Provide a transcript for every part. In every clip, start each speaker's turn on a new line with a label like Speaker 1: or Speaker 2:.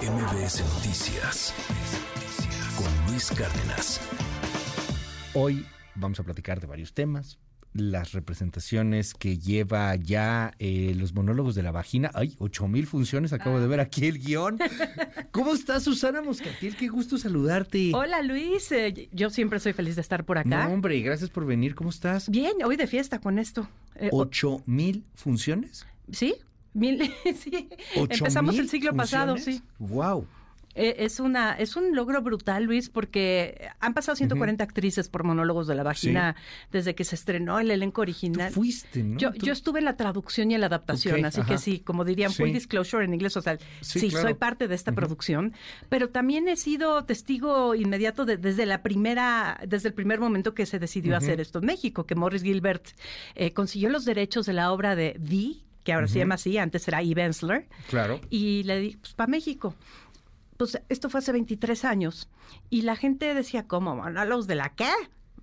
Speaker 1: MBS Noticias con Luis Cárdenas.
Speaker 2: Hoy vamos a platicar de varios temas. Las representaciones que lleva ya eh, los monólogos de la vagina. Ay, ocho mil funciones,
Speaker 3: Ah.
Speaker 2: acabo de ver aquí el guión. ¿Cómo estás, Susana Moscatiel? Qué gusto saludarte.
Speaker 3: Hola Luis, Eh, yo siempre soy feliz de estar por acá.
Speaker 2: No, hombre, gracias por venir. ¿Cómo estás?
Speaker 3: Bien, hoy de fiesta con esto. Eh, o-
Speaker 2: ¿Ocho mil funciones?
Speaker 3: ¿Sí? Mil- sí.
Speaker 2: ¿Ocho
Speaker 3: Empezamos
Speaker 2: mil
Speaker 3: el siglo pasado, sí.
Speaker 2: funciones? ¡Wow!
Speaker 3: Eh, es, una, es un logro brutal, Luis, porque han pasado 140 actrices por monólogos de la vagina desde que se estrenó el elenco
Speaker 2: Tú
Speaker 3: original.
Speaker 2: fuiste, ¿no?
Speaker 3: Yo,
Speaker 2: Tú-
Speaker 3: yo estuve en la traducción y en la adaptación,
Speaker 2: Ok,
Speaker 3: así
Speaker 2: ajá.
Speaker 3: que sí, como dirían,
Speaker 2: Sí.
Speaker 3: full disclosure en inglés, o sea,
Speaker 2: Sí,
Speaker 3: sí,
Speaker 2: claro.
Speaker 3: soy parte de esta producción, pero también he sido testigo inmediato de- desde la primera, desde el primer momento que se decidió hacer esto en México, que Morris Gilbert eh, consiguió los derechos de la obra de V, que ahora se llama así, antes era E. Bensler,
Speaker 2: Claro.
Speaker 3: y le dije, pues para México. Pues esto fue hace 23 años y la gente decía, ¿cómo? ¿Monólogos de la qué?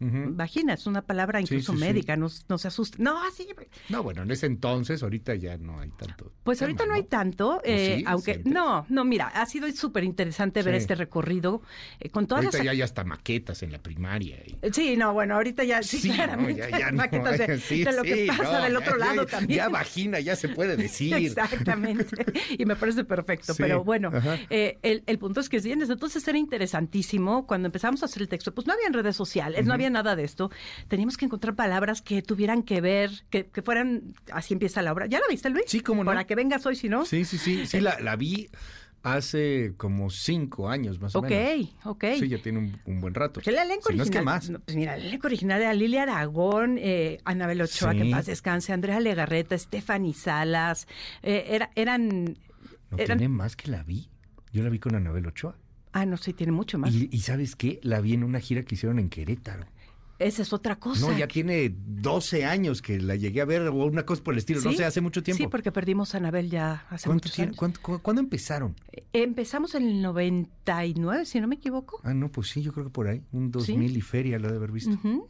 Speaker 2: Ujú.
Speaker 3: Vagina, es una palabra
Speaker 2: Sí,
Speaker 3: incluso
Speaker 2: sí, sí.
Speaker 3: médica, No, no se asusten. No, así,
Speaker 2: No, bueno, en ese entonces, ahorita ya no hay tanto.
Speaker 3: pues
Speaker 2: tema,
Speaker 3: ahorita no hay tanto,
Speaker 2: ¿O
Speaker 3: eh,
Speaker 2: ¿Oh, sí?
Speaker 3: aunque
Speaker 2: ¿Sientes?
Speaker 3: no, no, mira, ha sido súper interesante ver
Speaker 2: Sí.
Speaker 3: este recorrido eh, con todas
Speaker 2: Ahorita
Speaker 3: las...
Speaker 2: ya hay hasta maquetas en la primaria. y-
Speaker 3: Sí, no, bueno, ahorita ya, Ah, sí,
Speaker 2: no,
Speaker 3: claramente,
Speaker 2: ya- ya no,
Speaker 3: maquetas de,
Speaker 2: sí,
Speaker 3: de lo que
Speaker 2: sí,
Speaker 3: pasa
Speaker 2: no,
Speaker 3: del
Speaker 2: ya-
Speaker 3: otro
Speaker 2: ya-
Speaker 3: lado también.
Speaker 2: Ya vagina, ya se puede decir.
Speaker 3: Exactamente. Y me parece perfecto.
Speaker 2: Sí,
Speaker 3: Pero bueno,
Speaker 2: ajá.
Speaker 3: eh, el, el punto es que sí, en ese entonces era interesantísimo. Cuando empezamos a hacer el texto, pues no había redes sociales, no había nada de esto. Teníamos que encontrar palabras que tuvieran que ver, que, que fueran. Así empieza la obra. ¿Ya la viste, Luis?
Speaker 2: Sí, cómo no.
Speaker 3: Para que vengas hoy, si no. Eh,
Speaker 2: Sí, sí, sí. Sí, la, la vi hace como cinco años más o
Speaker 3: Ok,
Speaker 2: menos.
Speaker 3: ok.
Speaker 2: Sí, ya tiene un, un buen rato.
Speaker 3: Pues el elenco
Speaker 2: Si no
Speaker 3: original.
Speaker 2: es que más.
Speaker 3: no, pues mira, el elenco original era Lilia Aragón, eh, Anabel Ochoa,
Speaker 2: Sí.
Speaker 3: que en paz descanse, Andrea Legarreta, Stephanie Salas. eh, era- eran.
Speaker 2: No
Speaker 3: eran-
Speaker 2: tiene más que la vi. Yo la vi con Anabel Ochoa.
Speaker 3: Ah, no sé, tiene mucho más.
Speaker 2: Y, y ¿sabes qué? La vi en una gira que hicieron en Querétaro.
Speaker 3: Esa es otra cosa.
Speaker 2: no, ya tiene 12 años que la llegué a ver o una cosa por el estilo. No
Speaker 3: Sí,
Speaker 2: sé, hace mucho tiempo.
Speaker 3: Sí, porque perdimos a Anabel ya hace
Speaker 2: ¿Cuánto
Speaker 3: muchos
Speaker 2: tiene-
Speaker 3: años.
Speaker 2: cuánto- cu- ¿Cuándo empezaron?
Speaker 3: Empezamos en el 99, si no me equivoco.
Speaker 2: Ah, no, pues sí, yo creo que por ahí. Un 2000 y feria lo de haber visto.
Speaker 3: Ujú.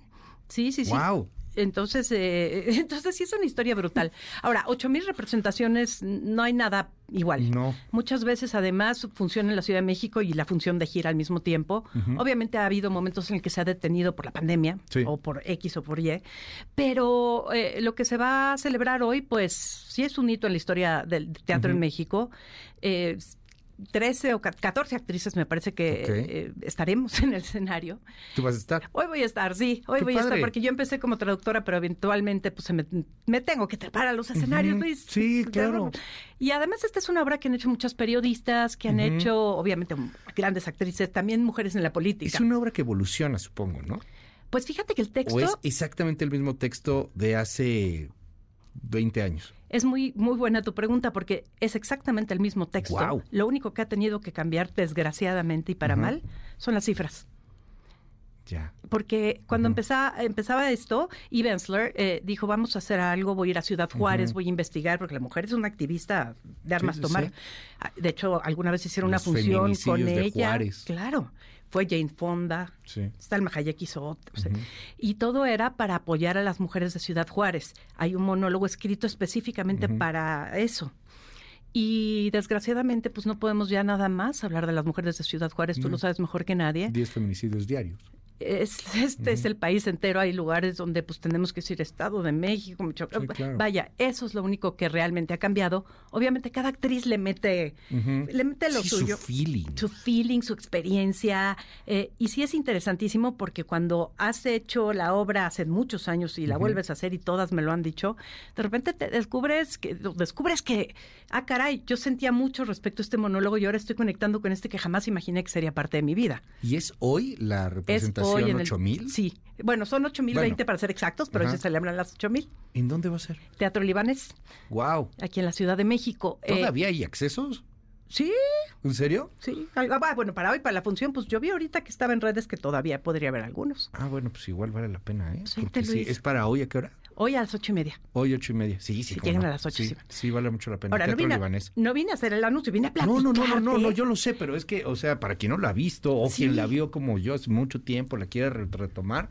Speaker 3: Sí, sí, sí.
Speaker 2: ¡Wow!
Speaker 3: Entonces, eh, entonces sí es una historia brutal. Ahora, 8000 representaciones, no hay nada igual.
Speaker 2: No.
Speaker 3: Muchas veces, además, funciona en la Ciudad de México y la función de gira al mismo tiempo. Obviamente ha habido momentos en el que se ha detenido por la pandemia
Speaker 2: Sí.
Speaker 3: o por X o por Y, pero eh, lo que se va a celebrar hoy, pues sí es un hito en la historia del teatro en México. Eh, 13 o ca- 14 actrices me parece que
Speaker 2: Ok.
Speaker 3: eh, estaremos en el escenario.
Speaker 2: Tú vas a estar.
Speaker 3: Hoy voy a estar, sí, hoy
Speaker 2: Qué
Speaker 3: voy a
Speaker 2: padre.
Speaker 3: estar porque yo empecé como traductora, pero eventualmente pues se me, me tengo que trepar a los escenarios,
Speaker 2: Ujú,
Speaker 3: Luis. Pues,
Speaker 2: sí,
Speaker 3: De
Speaker 2: claro.
Speaker 3: verdad. Y además esta es una obra que han hecho muchos periodistas, que han
Speaker 2: Ujú.
Speaker 3: hecho obviamente m- grandes actrices, también mujeres en la política.
Speaker 2: Es una obra que evoluciona, supongo, ¿no?
Speaker 3: Pues fíjate que el texto
Speaker 2: O es
Speaker 3: es...
Speaker 2: exactamente el mismo texto de hace 20 años.
Speaker 3: muy muy buena tu pregunta porque es exactamente el mismo texto.
Speaker 2: Guau.
Speaker 3: Lo único que ha tenido que cambiar desgraciadamente y para
Speaker 2: Ujú.
Speaker 3: mal son las cifras.
Speaker 2: Ya.
Speaker 3: Porque cuando
Speaker 2: Ujú.
Speaker 3: empezaba, empezaba esto, y Bensler eh, dijo, vamos a hacer algo, voy a ir a Ciudad Juárez,
Speaker 2: Ujú.
Speaker 3: voy a investigar, porque la mujer es una activista de armas
Speaker 2: sí,
Speaker 3: tomar.
Speaker 2: sí.
Speaker 3: Ah, De hecho, alguna vez hicieron
Speaker 2: Los
Speaker 3: una función con
Speaker 2: feminicidios de
Speaker 3: ella.
Speaker 2: Juárez.
Speaker 3: Claro, fue Jane Fonda,
Speaker 2: Sí.
Speaker 3: Salma Hayek hizo otro. o sea,
Speaker 2: Ujú.
Speaker 3: Y todo era para apoyar a las mujeres de Ciudad Juárez. Hay un monólogo escrito específicamente
Speaker 2: Ujú.
Speaker 3: para eso. Y desgraciadamente, pues no podemos ya nada más hablar de las mujeres de Ciudad Juárez, tú
Speaker 2: No.
Speaker 3: lo sabes mejor que nadie
Speaker 2: 10 feminicidios diarios.
Speaker 3: es, este es el país entero, hay lugares donde pues tenemos que decir Estado de México, Michoacán.
Speaker 2: Sí, claro.
Speaker 3: Vaya, eso es lo único que realmente ha cambiado. Obviamente cada actriz le mete,
Speaker 2: Ujú.
Speaker 3: le mete lo
Speaker 2: Sí,
Speaker 3: suyo.
Speaker 2: su feeling.
Speaker 3: Su feeling, su experiencia. eh, y sí es interesantísimo porque cuando has hecho la obra hace muchos años y la
Speaker 2: Ujú.
Speaker 3: vuelves a hacer y todas me lo han dicho, de repente te descubres que, descubres que, ah, caray, yo sentía mucho respecto a este monólogo y ahora estoy conectando con este que jamás imaginé que sería parte de mi vida.
Speaker 2: ¿Y es hoy la
Speaker 3: Es
Speaker 2: representación
Speaker 3: hoy en el-
Speaker 2: 8000?
Speaker 3: Sí. Bueno, son 8020
Speaker 2: Bueno.
Speaker 3: para ser exactos, pero hoy
Speaker 2: Ajá.
Speaker 3: se celebran las 8000.
Speaker 2: ¿En dónde va a ser?
Speaker 3: Teatro Libanés,
Speaker 2: ¡Wow!
Speaker 3: aquí en la Ciudad de México. Eh,
Speaker 2: ¿Todavía hay accesos?
Speaker 3: sí,
Speaker 2: ¿En serio?
Speaker 3: sí. algo- ah, bueno, para hoy, para la función, pues yo vi ahorita que estaba en redes que todavía podría haber algunos.
Speaker 2: Ah, bueno, pues igual vale la pena, ¿eh?
Speaker 3: Sí,
Speaker 2: Porque
Speaker 3: te lo
Speaker 2: sí,
Speaker 3: hice.
Speaker 2: ¿Es para hoy a qué hora?
Speaker 3: Hoy a las ocho y media.
Speaker 2: Hoy ocho y media. Sí, sí.
Speaker 3: Si
Speaker 2: cómo
Speaker 3: llegan
Speaker 2: no.
Speaker 3: a las ocho,
Speaker 2: sí.
Speaker 3: sí.
Speaker 2: Sí, vale mucho la pena.
Speaker 3: Ahora, no
Speaker 2: Teatro
Speaker 3: vine, a,
Speaker 2: libanés.
Speaker 3: no vine a hacer el anuncio, vine a
Speaker 2: No,
Speaker 3: platicar.
Speaker 2: no, no, no, no, no, yo lo sé, pero es que, o sea, para quien no la ha visto o
Speaker 3: Sí.
Speaker 2: quien la vio como yo hace mucho tiempo, la quiera re- retomar,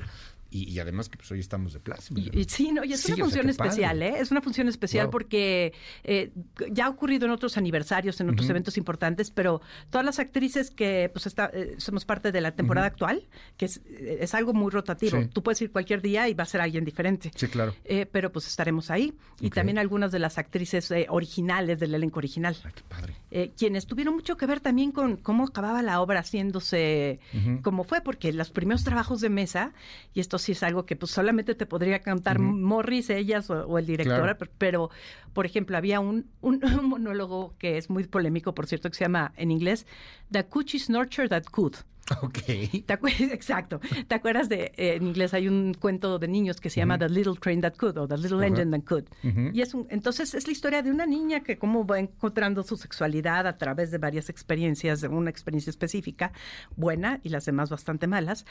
Speaker 2: Y, y además que pues, hoy estamos de plástico.
Speaker 3: Y- y sí, no, y es
Speaker 2: Sí, o
Speaker 3: una
Speaker 2: sea,
Speaker 3: función
Speaker 2: qué padre.
Speaker 3: especial, ¿eh? Es una función especial
Speaker 2: Wow.
Speaker 3: porque eh, ya ha ocurrido en otros aniversarios, en otros
Speaker 2: Ujú.
Speaker 3: eventos importantes, pero todas las actrices que pues está, eh, somos parte de la temporada
Speaker 2: Ujú.
Speaker 3: actual, que es, eh, es algo muy rotativo.
Speaker 2: Sí.
Speaker 3: Tú puedes ir cualquier día y va a ser alguien diferente.
Speaker 2: Sí, claro.
Speaker 3: Eh, pero pues estaremos ahí. Y
Speaker 2: Ok.
Speaker 3: también algunas de las actrices eh, originales del elenco original,
Speaker 2: Ay, qué padre.
Speaker 3: eh, quienes tuvieron mucho que ver también con cómo acababa la obra haciéndose
Speaker 2: Ujú.
Speaker 3: como fue, porque los primeros trabajos de mesa, y esto sí es algo que pues solamente te podría cantar
Speaker 2: Ujú.
Speaker 3: Morris, ellas o, o el director,
Speaker 2: Claro.
Speaker 3: pero, pero, por ejemplo, había un, un, un monólogo que es muy polémico, por cierto, que se llama en inglés The Coochie Snorcher That Could.
Speaker 2: Ok.
Speaker 3: ¿Te acuerdas? Exacto. ¿Te acuerdas de, eh, en inglés hay un cuento de niños que se llama The Little Train That Could o The Little
Speaker 2: Ajá.
Speaker 3: Engine That Could?
Speaker 2: Ujú.
Speaker 3: Y es un, entonces es la historia de una niña que cómo va encontrando su sexualidad a través de varias experiencias, de una experiencia específica, buena y las demás bastante malas.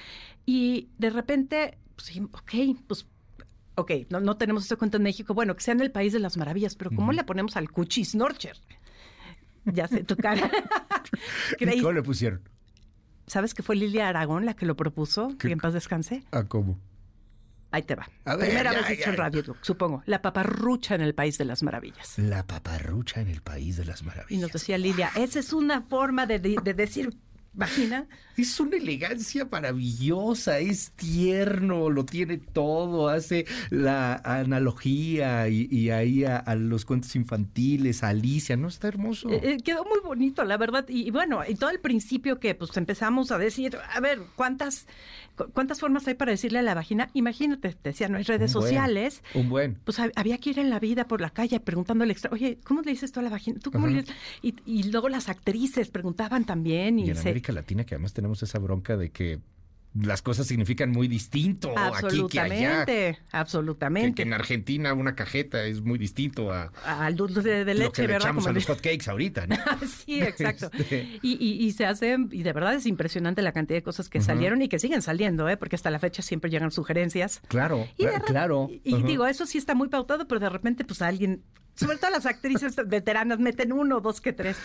Speaker 3: Y de repente, pues, dijimos, ok, pues... Ok, no, no tenemos este cuento en México. Bueno, que sea en el país de las maravillas, pero ¿cómo
Speaker 2: Ujú.
Speaker 3: le ponemos al cuchis Norcher? Ya sé, tu cara.
Speaker 2: ¿Y
Speaker 3: Creí-
Speaker 2: ¿Cómo le pusieron?
Speaker 3: ¿Sabes que fue Lilia Aragón la que lo propuso?
Speaker 2: ¿Qué-
Speaker 3: Que en paz descanse.
Speaker 2: ¿A cómo?
Speaker 3: Ahí te va.
Speaker 2: A ver,
Speaker 3: Primera
Speaker 2: ya,
Speaker 3: vez dicho
Speaker 2: ya,
Speaker 3: en
Speaker 2: ya.
Speaker 3: radio, supongo. La paparrucha en el país de las maravillas.
Speaker 2: La paparrucha en el país de las
Speaker 3: Y nos
Speaker 2: maravillas.
Speaker 3: decía Lilia, esa es una forma de, de- de decir vagina.
Speaker 2: Es una elegancia maravillosa, es tierno, lo tiene todo, hace la analogía y, y ahí a, a los cuentos infantiles, a Alicia, ¿no? Está hermoso.
Speaker 3: Eh, eh, quedó muy bonito, la verdad. Y, y bueno, y todo el principio que pues empezamos a decir, a ver, ¿cuántas, cu- cuántas formas hay para decirle a la vagina? Imagínate, te decía, no hay redes
Speaker 2: Un buen,
Speaker 3: sociales.
Speaker 2: Un buen.
Speaker 3: Pues hab- había que ir en la vida por la calle preguntándole, extra, oye, ¿cómo le dices tú a la vagina? ¿Tú cómo
Speaker 2: Ajá.
Speaker 3: le dices?" y, y luego las actrices preguntaban también.
Speaker 2: Y
Speaker 3: Y,
Speaker 2: en
Speaker 3: se-
Speaker 2: América Latina que además tenemos esa bronca de que las cosas significan muy distinto oh, aquí que allá. Que-
Speaker 3: Absolutamente,
Speaker 2: Que,
Speaker 3: absolutamente.
Speaker 2: en Argentina una cajeta es muy distinto a
Speaker 3: Al dulce de, leche,
Speaker 2: lo que le
Speaker 3: ¿verdad?
Speaker 2: echamos
Speaker 3: Como
Speaker 2: a los
Speaker 3: dice-
Speaker 2: hotcakes ahorita, ¿no?
Speaker 3: sí, exacto.
Speaker 2: Este.
Speaker 3: Y, y- y se hacen, y de verdad es impresionante la cantidad de cosas que
Speaker 2: Ujú.
Speaker 3: salieron y que siguen saliendo, ¿eh? porque hasta la fecha siempre llegan sugerencias.
Speaker 2: Claro,
Speaker 3: Y de
Speaker 2: cla-
Speaker 3: re-
Speaker 2: claro.
Speaker 3: Y, y
Speaker 2: Ajá.
Speaker 3: digo, eso sí está muy pautado, pero de repente, pues alguien, sobre todo las actrices veteranas, meten uno, dos que tres.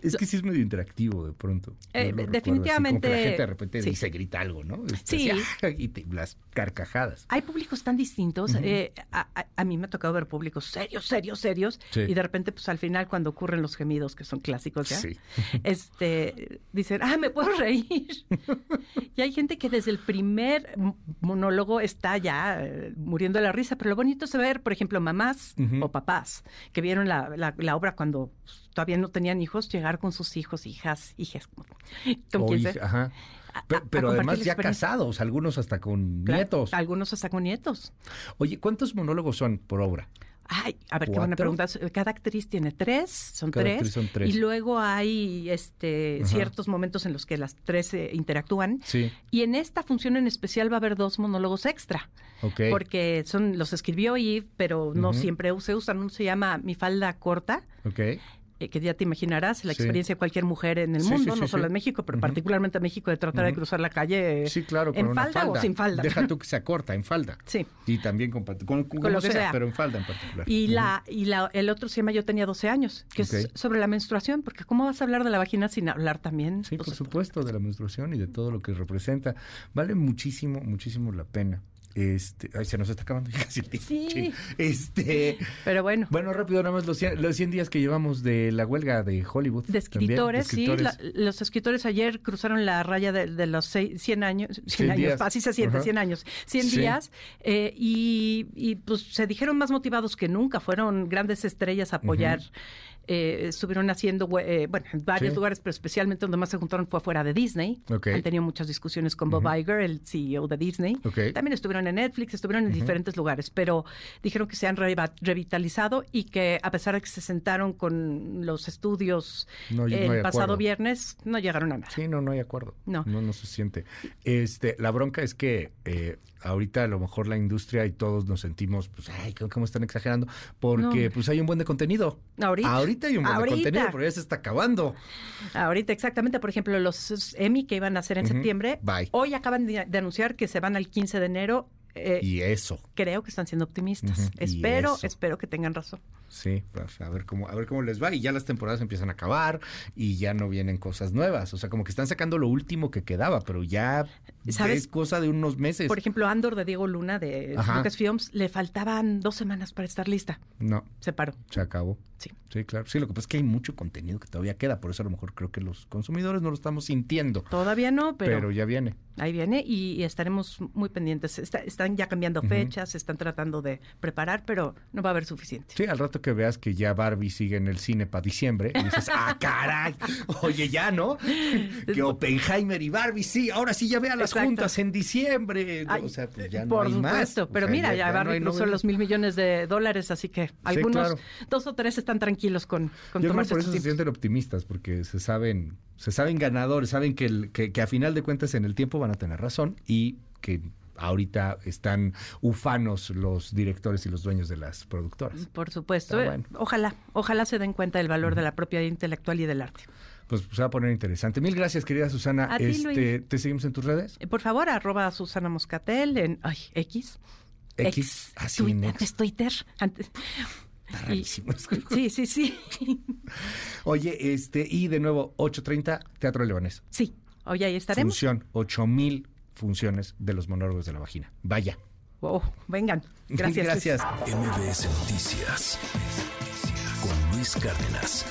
Speaker 2: Es que sí es medio interactivo de pronto. Yo
Speaker 3: Eh,
Speaker 2: lo recuerdo así,
Speaker 3: definitivamente,
Speaker 2: como que la gente de repente
Speaker 3: sí.
Speaker 2: dice, grita algo, ¿no? Este,
Speaker 3: Sí.
Speaker 2: así, y te- las carcajadas.
Speaker 3: Hay públicos tan distintos. eh, a, a- a mí me ha tocado ver públicos serios, serios, serios.
Speaker 2: Sí.
Speaker 3: Y de repente, pues al final, cuando ocurren los gemidos, que son clásicos ya,
Speaker 2: Sí.
Speaker 3: este, dicen, ah, me puedo reír. y hay gente que desde el primer m- monólogo está ya eh, muriendo de la risa, pero lo bonito es ver, por ejemplo, mamás
Speaker 2: Ujú.
Speaker 3: o papás que vieron la, la- la obra cuando todavía no tenían hijos, llegar con sus hijos, hijas, hijas, como, como
Speaker 2: O
Speaker 3: quien sea,
Speaker 2: hija- ajá.
Speaker 3: Ah, a- a-
Speaker 2: Pero,
Speaker 3: a
Speaker 2: pero
Speaker 3: compartir
Speaker 2: además
Speaker 3: la
Speaker 2: ya
Speaker 3: experiencia.
Speaker 2: casados, algunos hasta con
Speaker 3: Claro, Ah.
Speaker 2: nietos.
Speaker 3: Algunos hasta con nietos.
Speaker 2: Oye, ¿cuántos monólogos son por obra?
Speaker 3: Ay, a ver, qué buena
Speaker 2: ¿Cuatro?
Speaker 3: pregunta. Cada actriz tiene tres, son,
Speaker 2: Cada
Speaker 3: tres,
Speaker 2: actriz son tres.
Speaker 3: Y luego hay este,
Speaker 2: Ajá.
Speaker 3: ciertos momentos en los que las tres eh, interactúan.
Speaker 2: Sí.
Speaker 3: Y en esta función en especial va a haber dos monólogos extra,
Speaker 2: Ok.
Speaker 3: porque son los escribió Yves, pero no
Speaker 2: Ujú.
Speaker 3: siempre se usan. Uno se llama Mi falda corta,
Speaker 2: Ok.
Speaker 3: eh, que ya te imaginarás la
Speaker 2: Sí.
Speaker 3: experiencia de cualquier mujer en el
Speaker 2: Sí,
Speaker 3: mundo,
Speaker 2: sí, sí,
Speaker 3: no solo
Speaker 2: sí.
Speaker 3: en México, pero
Speaker 2: Ujú.
Speaker 3: particularmente en México, de tratar de
Speaker 2: Ujú.
Speaker 3: cruzar la calle. eh,
Speaker 2: Sí, claro, con
Speaker 3: ¿En
Speaker 2: una
Speaker 3: falda o sin falda?
Speaker 2: Deja tú que sea corta, en falda.
Speaker 3: Sí.
Speaker 2: Y también con, pat- con,
Speaker 3: Con
Speaker 2: lo
Speaker 3: lo
Speaker 2: que
Speaker 3: que
Speaker 2: sea,
Speaker 3: sea.
Speaker 2: pero en falda en particular.
Speaker 3: Y,
Speaker 2: Ujú.
Speaker 3: la, y la, el otro se llama Yo tenía 12 años, que es
Speaker 2: Ok.
Speaker 3: sobre la menstruación, porque ¿cómo vas a hablar de la vagina sin hablar también?
Speaker 2: Sí, por
Speaker 3: Pues,
Speaker 2: supuesto, de la menstruación y de todo lo que representa. Vale muchísimo, muchísimo la pena. Este, ay, se nos está acabando ya casi el tiempo.
Speaker 3: Sí.
Speaker 2: ching. Este,
Speaker 3: Pero bueno,
Speaker 2: bueno, rápido, nada más los 100, los 100 días que llevamos de la huelga de Hollywood.
Speaker 3: de
Speaker 2: también, de
Speaker 3: escritores,
Speaker 2: escritores.
Speaker 3: sí, la- los escritores ayer cruzaron la raya de, de los seis- 100 años, 100,
Speaker 2: 100
Speaker 3: años,
Speaker 2: días.
Speaker 3: así se siente,
Speaker 2: Ajá.
Speaker 3: 100 años, 100
Speaker 2: Sí.
Speaker 3: días, eh, y, y, pues se dijeron más motivados que nunca, fueron grandes estrellas a apoyar. eh, estuvieron haciendo, hue- eh, bueno, en varios
Speaker 2: Sí.
Speaker 3: lugares, pero especialmente donde más se juntaron fue afuera de Disney.
Speaker 2: Ok.
Speaker 3: Han tenido muchas discusiones con Bob
Speaker 2: Ujú.
Speaker 3: Iger, el CEO de Disney.
Speaker 2: Ok.
Speaker 3: También estuvieron en Netflix, estuvieron en diferentes lugares, pero dijeron que se han reva- revitalizado y que a pesar de que se sentaron con los estudios
Speaker 2: No, yo no hay
Speaker 3: el pasado
Speaker 2: acuerdo.
Speaker 3: viernes, no llegaron a nada.
Speaker 2: Sí, no, no hay acuerdo.
Speaker 3: No.
Speaker 2: No, no se siente. Este, la bronca es que eh, ahorita a lo mejor la industria y todos nos sentimos, pues, ay, ¿cómo cómo están exagerando? Porque,
Speaker 3: hombre.
Speaker 2: pues, hay un buen de contenido.
Speaker 3: Ahorita.
Speaker 2: hay un buen
Speaker 3: Ahorita.
Speaker 2: de contenido, pero ya se está acabando.
Speaker 3: Ahorita, exactamente, por ejemplo, los Emmy que iban a hacer en
Speaker 2: Ujú.
Speaker 3: septiembre,
Speaker 2: Bye.
Speaker 3: hoy acaban de, de anunciar que se van al 15 de enero. Eh,
Speaker 2: y eso.
Speaker 3: Creo que están siendo optimistas.
Speaker 2: Ujú, y
Speaker 3: Espero,
Speaker 2: eso.
Speaker 3: espero que tengan razón.
Speaker 2: Sí, pues, a ver cómo, a ver cómo les va. Y ya las temporadas empiezan a acabar y ya no vienen cosas nuevas. O sea, como que están sacando lo último que quedaba, pero ya
Speaker 3: ¿Sabes?
Speaker 2: es cosa de unos meses.
Speaker 3: Por ejemplo, Andor de Diego Luna de
Speaker 2: Ajá.
Speaker 3: Lucasfilms le faltaban dos semanas para estar lista.
Speaker 2: no,
Speaker 3: Se paró.
Speaker 2: se acabó.
Speaker 3: Sí.
Speaker 2: Sí, claro. Sí, lo que pasa es que hay mucho contenido que todavía queda. Por eso a lo mejor creo que los consumidores no lo estamos sintiendo.
Speaker 3: Todavía no,
Speaker 2: Pero,
Speaker 3: pero,
Speaker 2: ya viene.
Speaker 3: ahí viene y, y estaremos muy pendientes. Está- están ya cambiando
Speaker 2: Ujú.
Speaker 3: fechas, están tratando de preparar, pero no va a haber suficiente.
Speaker 2: Sí, al rato que veas que ya Barbie sigue en el cine para diciembre, y dices, ¡ah, caray! Oye, ya, ¿no? Que Oppenheimer y Barbie, sí, ahora sí ya vean las
Speaker 3: Exacto.
Speaker 2: juntas en diciembre.
Speaker 3: Ay, eh,
Speaker 2: o sea, pues ya no
Speaker 3: Por
Speaker 2: hay más.
Speaker 3: supuesto,
Speaker 2: O
Speaker 3: pero
Speaker 2: sea,
Speaker 3: mira, ya,
Speaker 2: no
Speaker 3: Barbie
Speaker 2: hay
Speaker 3: cruzó
Speaker 2: novedad.
Speaker 3: los mil millones de dólares, así que algunos,
Speaker 2: claro.
Speaker 3: dos o tres están tranquilos con, con
Speaker 2: Yo creo que
Speaker 3: tomarse
Speaker 2: por eso
Speaker 3: estos
Speaker 2: se
Speaker 3: tiempos.
Speaker 2: sienten optimistas, porque se saben, se saben ganadores, saben que, el- que, que a final de cuentas en el tiempo van a tener razón y que ahorita están ufanos los directores y los dueños de las productoras.
Speaker 3: Por supuesto,
Speaker 2: Está
Speaker 3: eh,
Speaker 2: Ah, bueno.
Speaker 3: ojalá, ojalá se den cuenta del valor de la propiedad intelectual y del arte.
Speaker 2: Pues se va a poner interesante. Mil gracias, querida Susana.
Speaker 3: A ti,
Speaker 2: este, ¿Te seguimos en tus redes?
Speaker 3: Eh, Por favor, arroba a Susana Moscatel en ay, X.
Speaker 2: Así en
Speaker 3: Twitter,
Speaker 2: X.
Speaker 3: antes Twitter. Antes.
Speaker 2: ah, Está
Speaker 3: Y-
Speaker 2: rarísimo.
Speaker 3: Sí, sí, sí.
Speaker 2: Oye, este, y de nuevo, 8.30, Teatro Leones.
Speaker 3: Sí, hoy ahí estaremos.
Speaker 2: Función, 8.000 funciones de los monólogos de la vagina. Vaya.
Speaker 3: Wow, Oh, vengan. Gracias. Chris.
Speaker 2: gracias.
Speaker 1: MBS Noticias con Luis Cárdenas.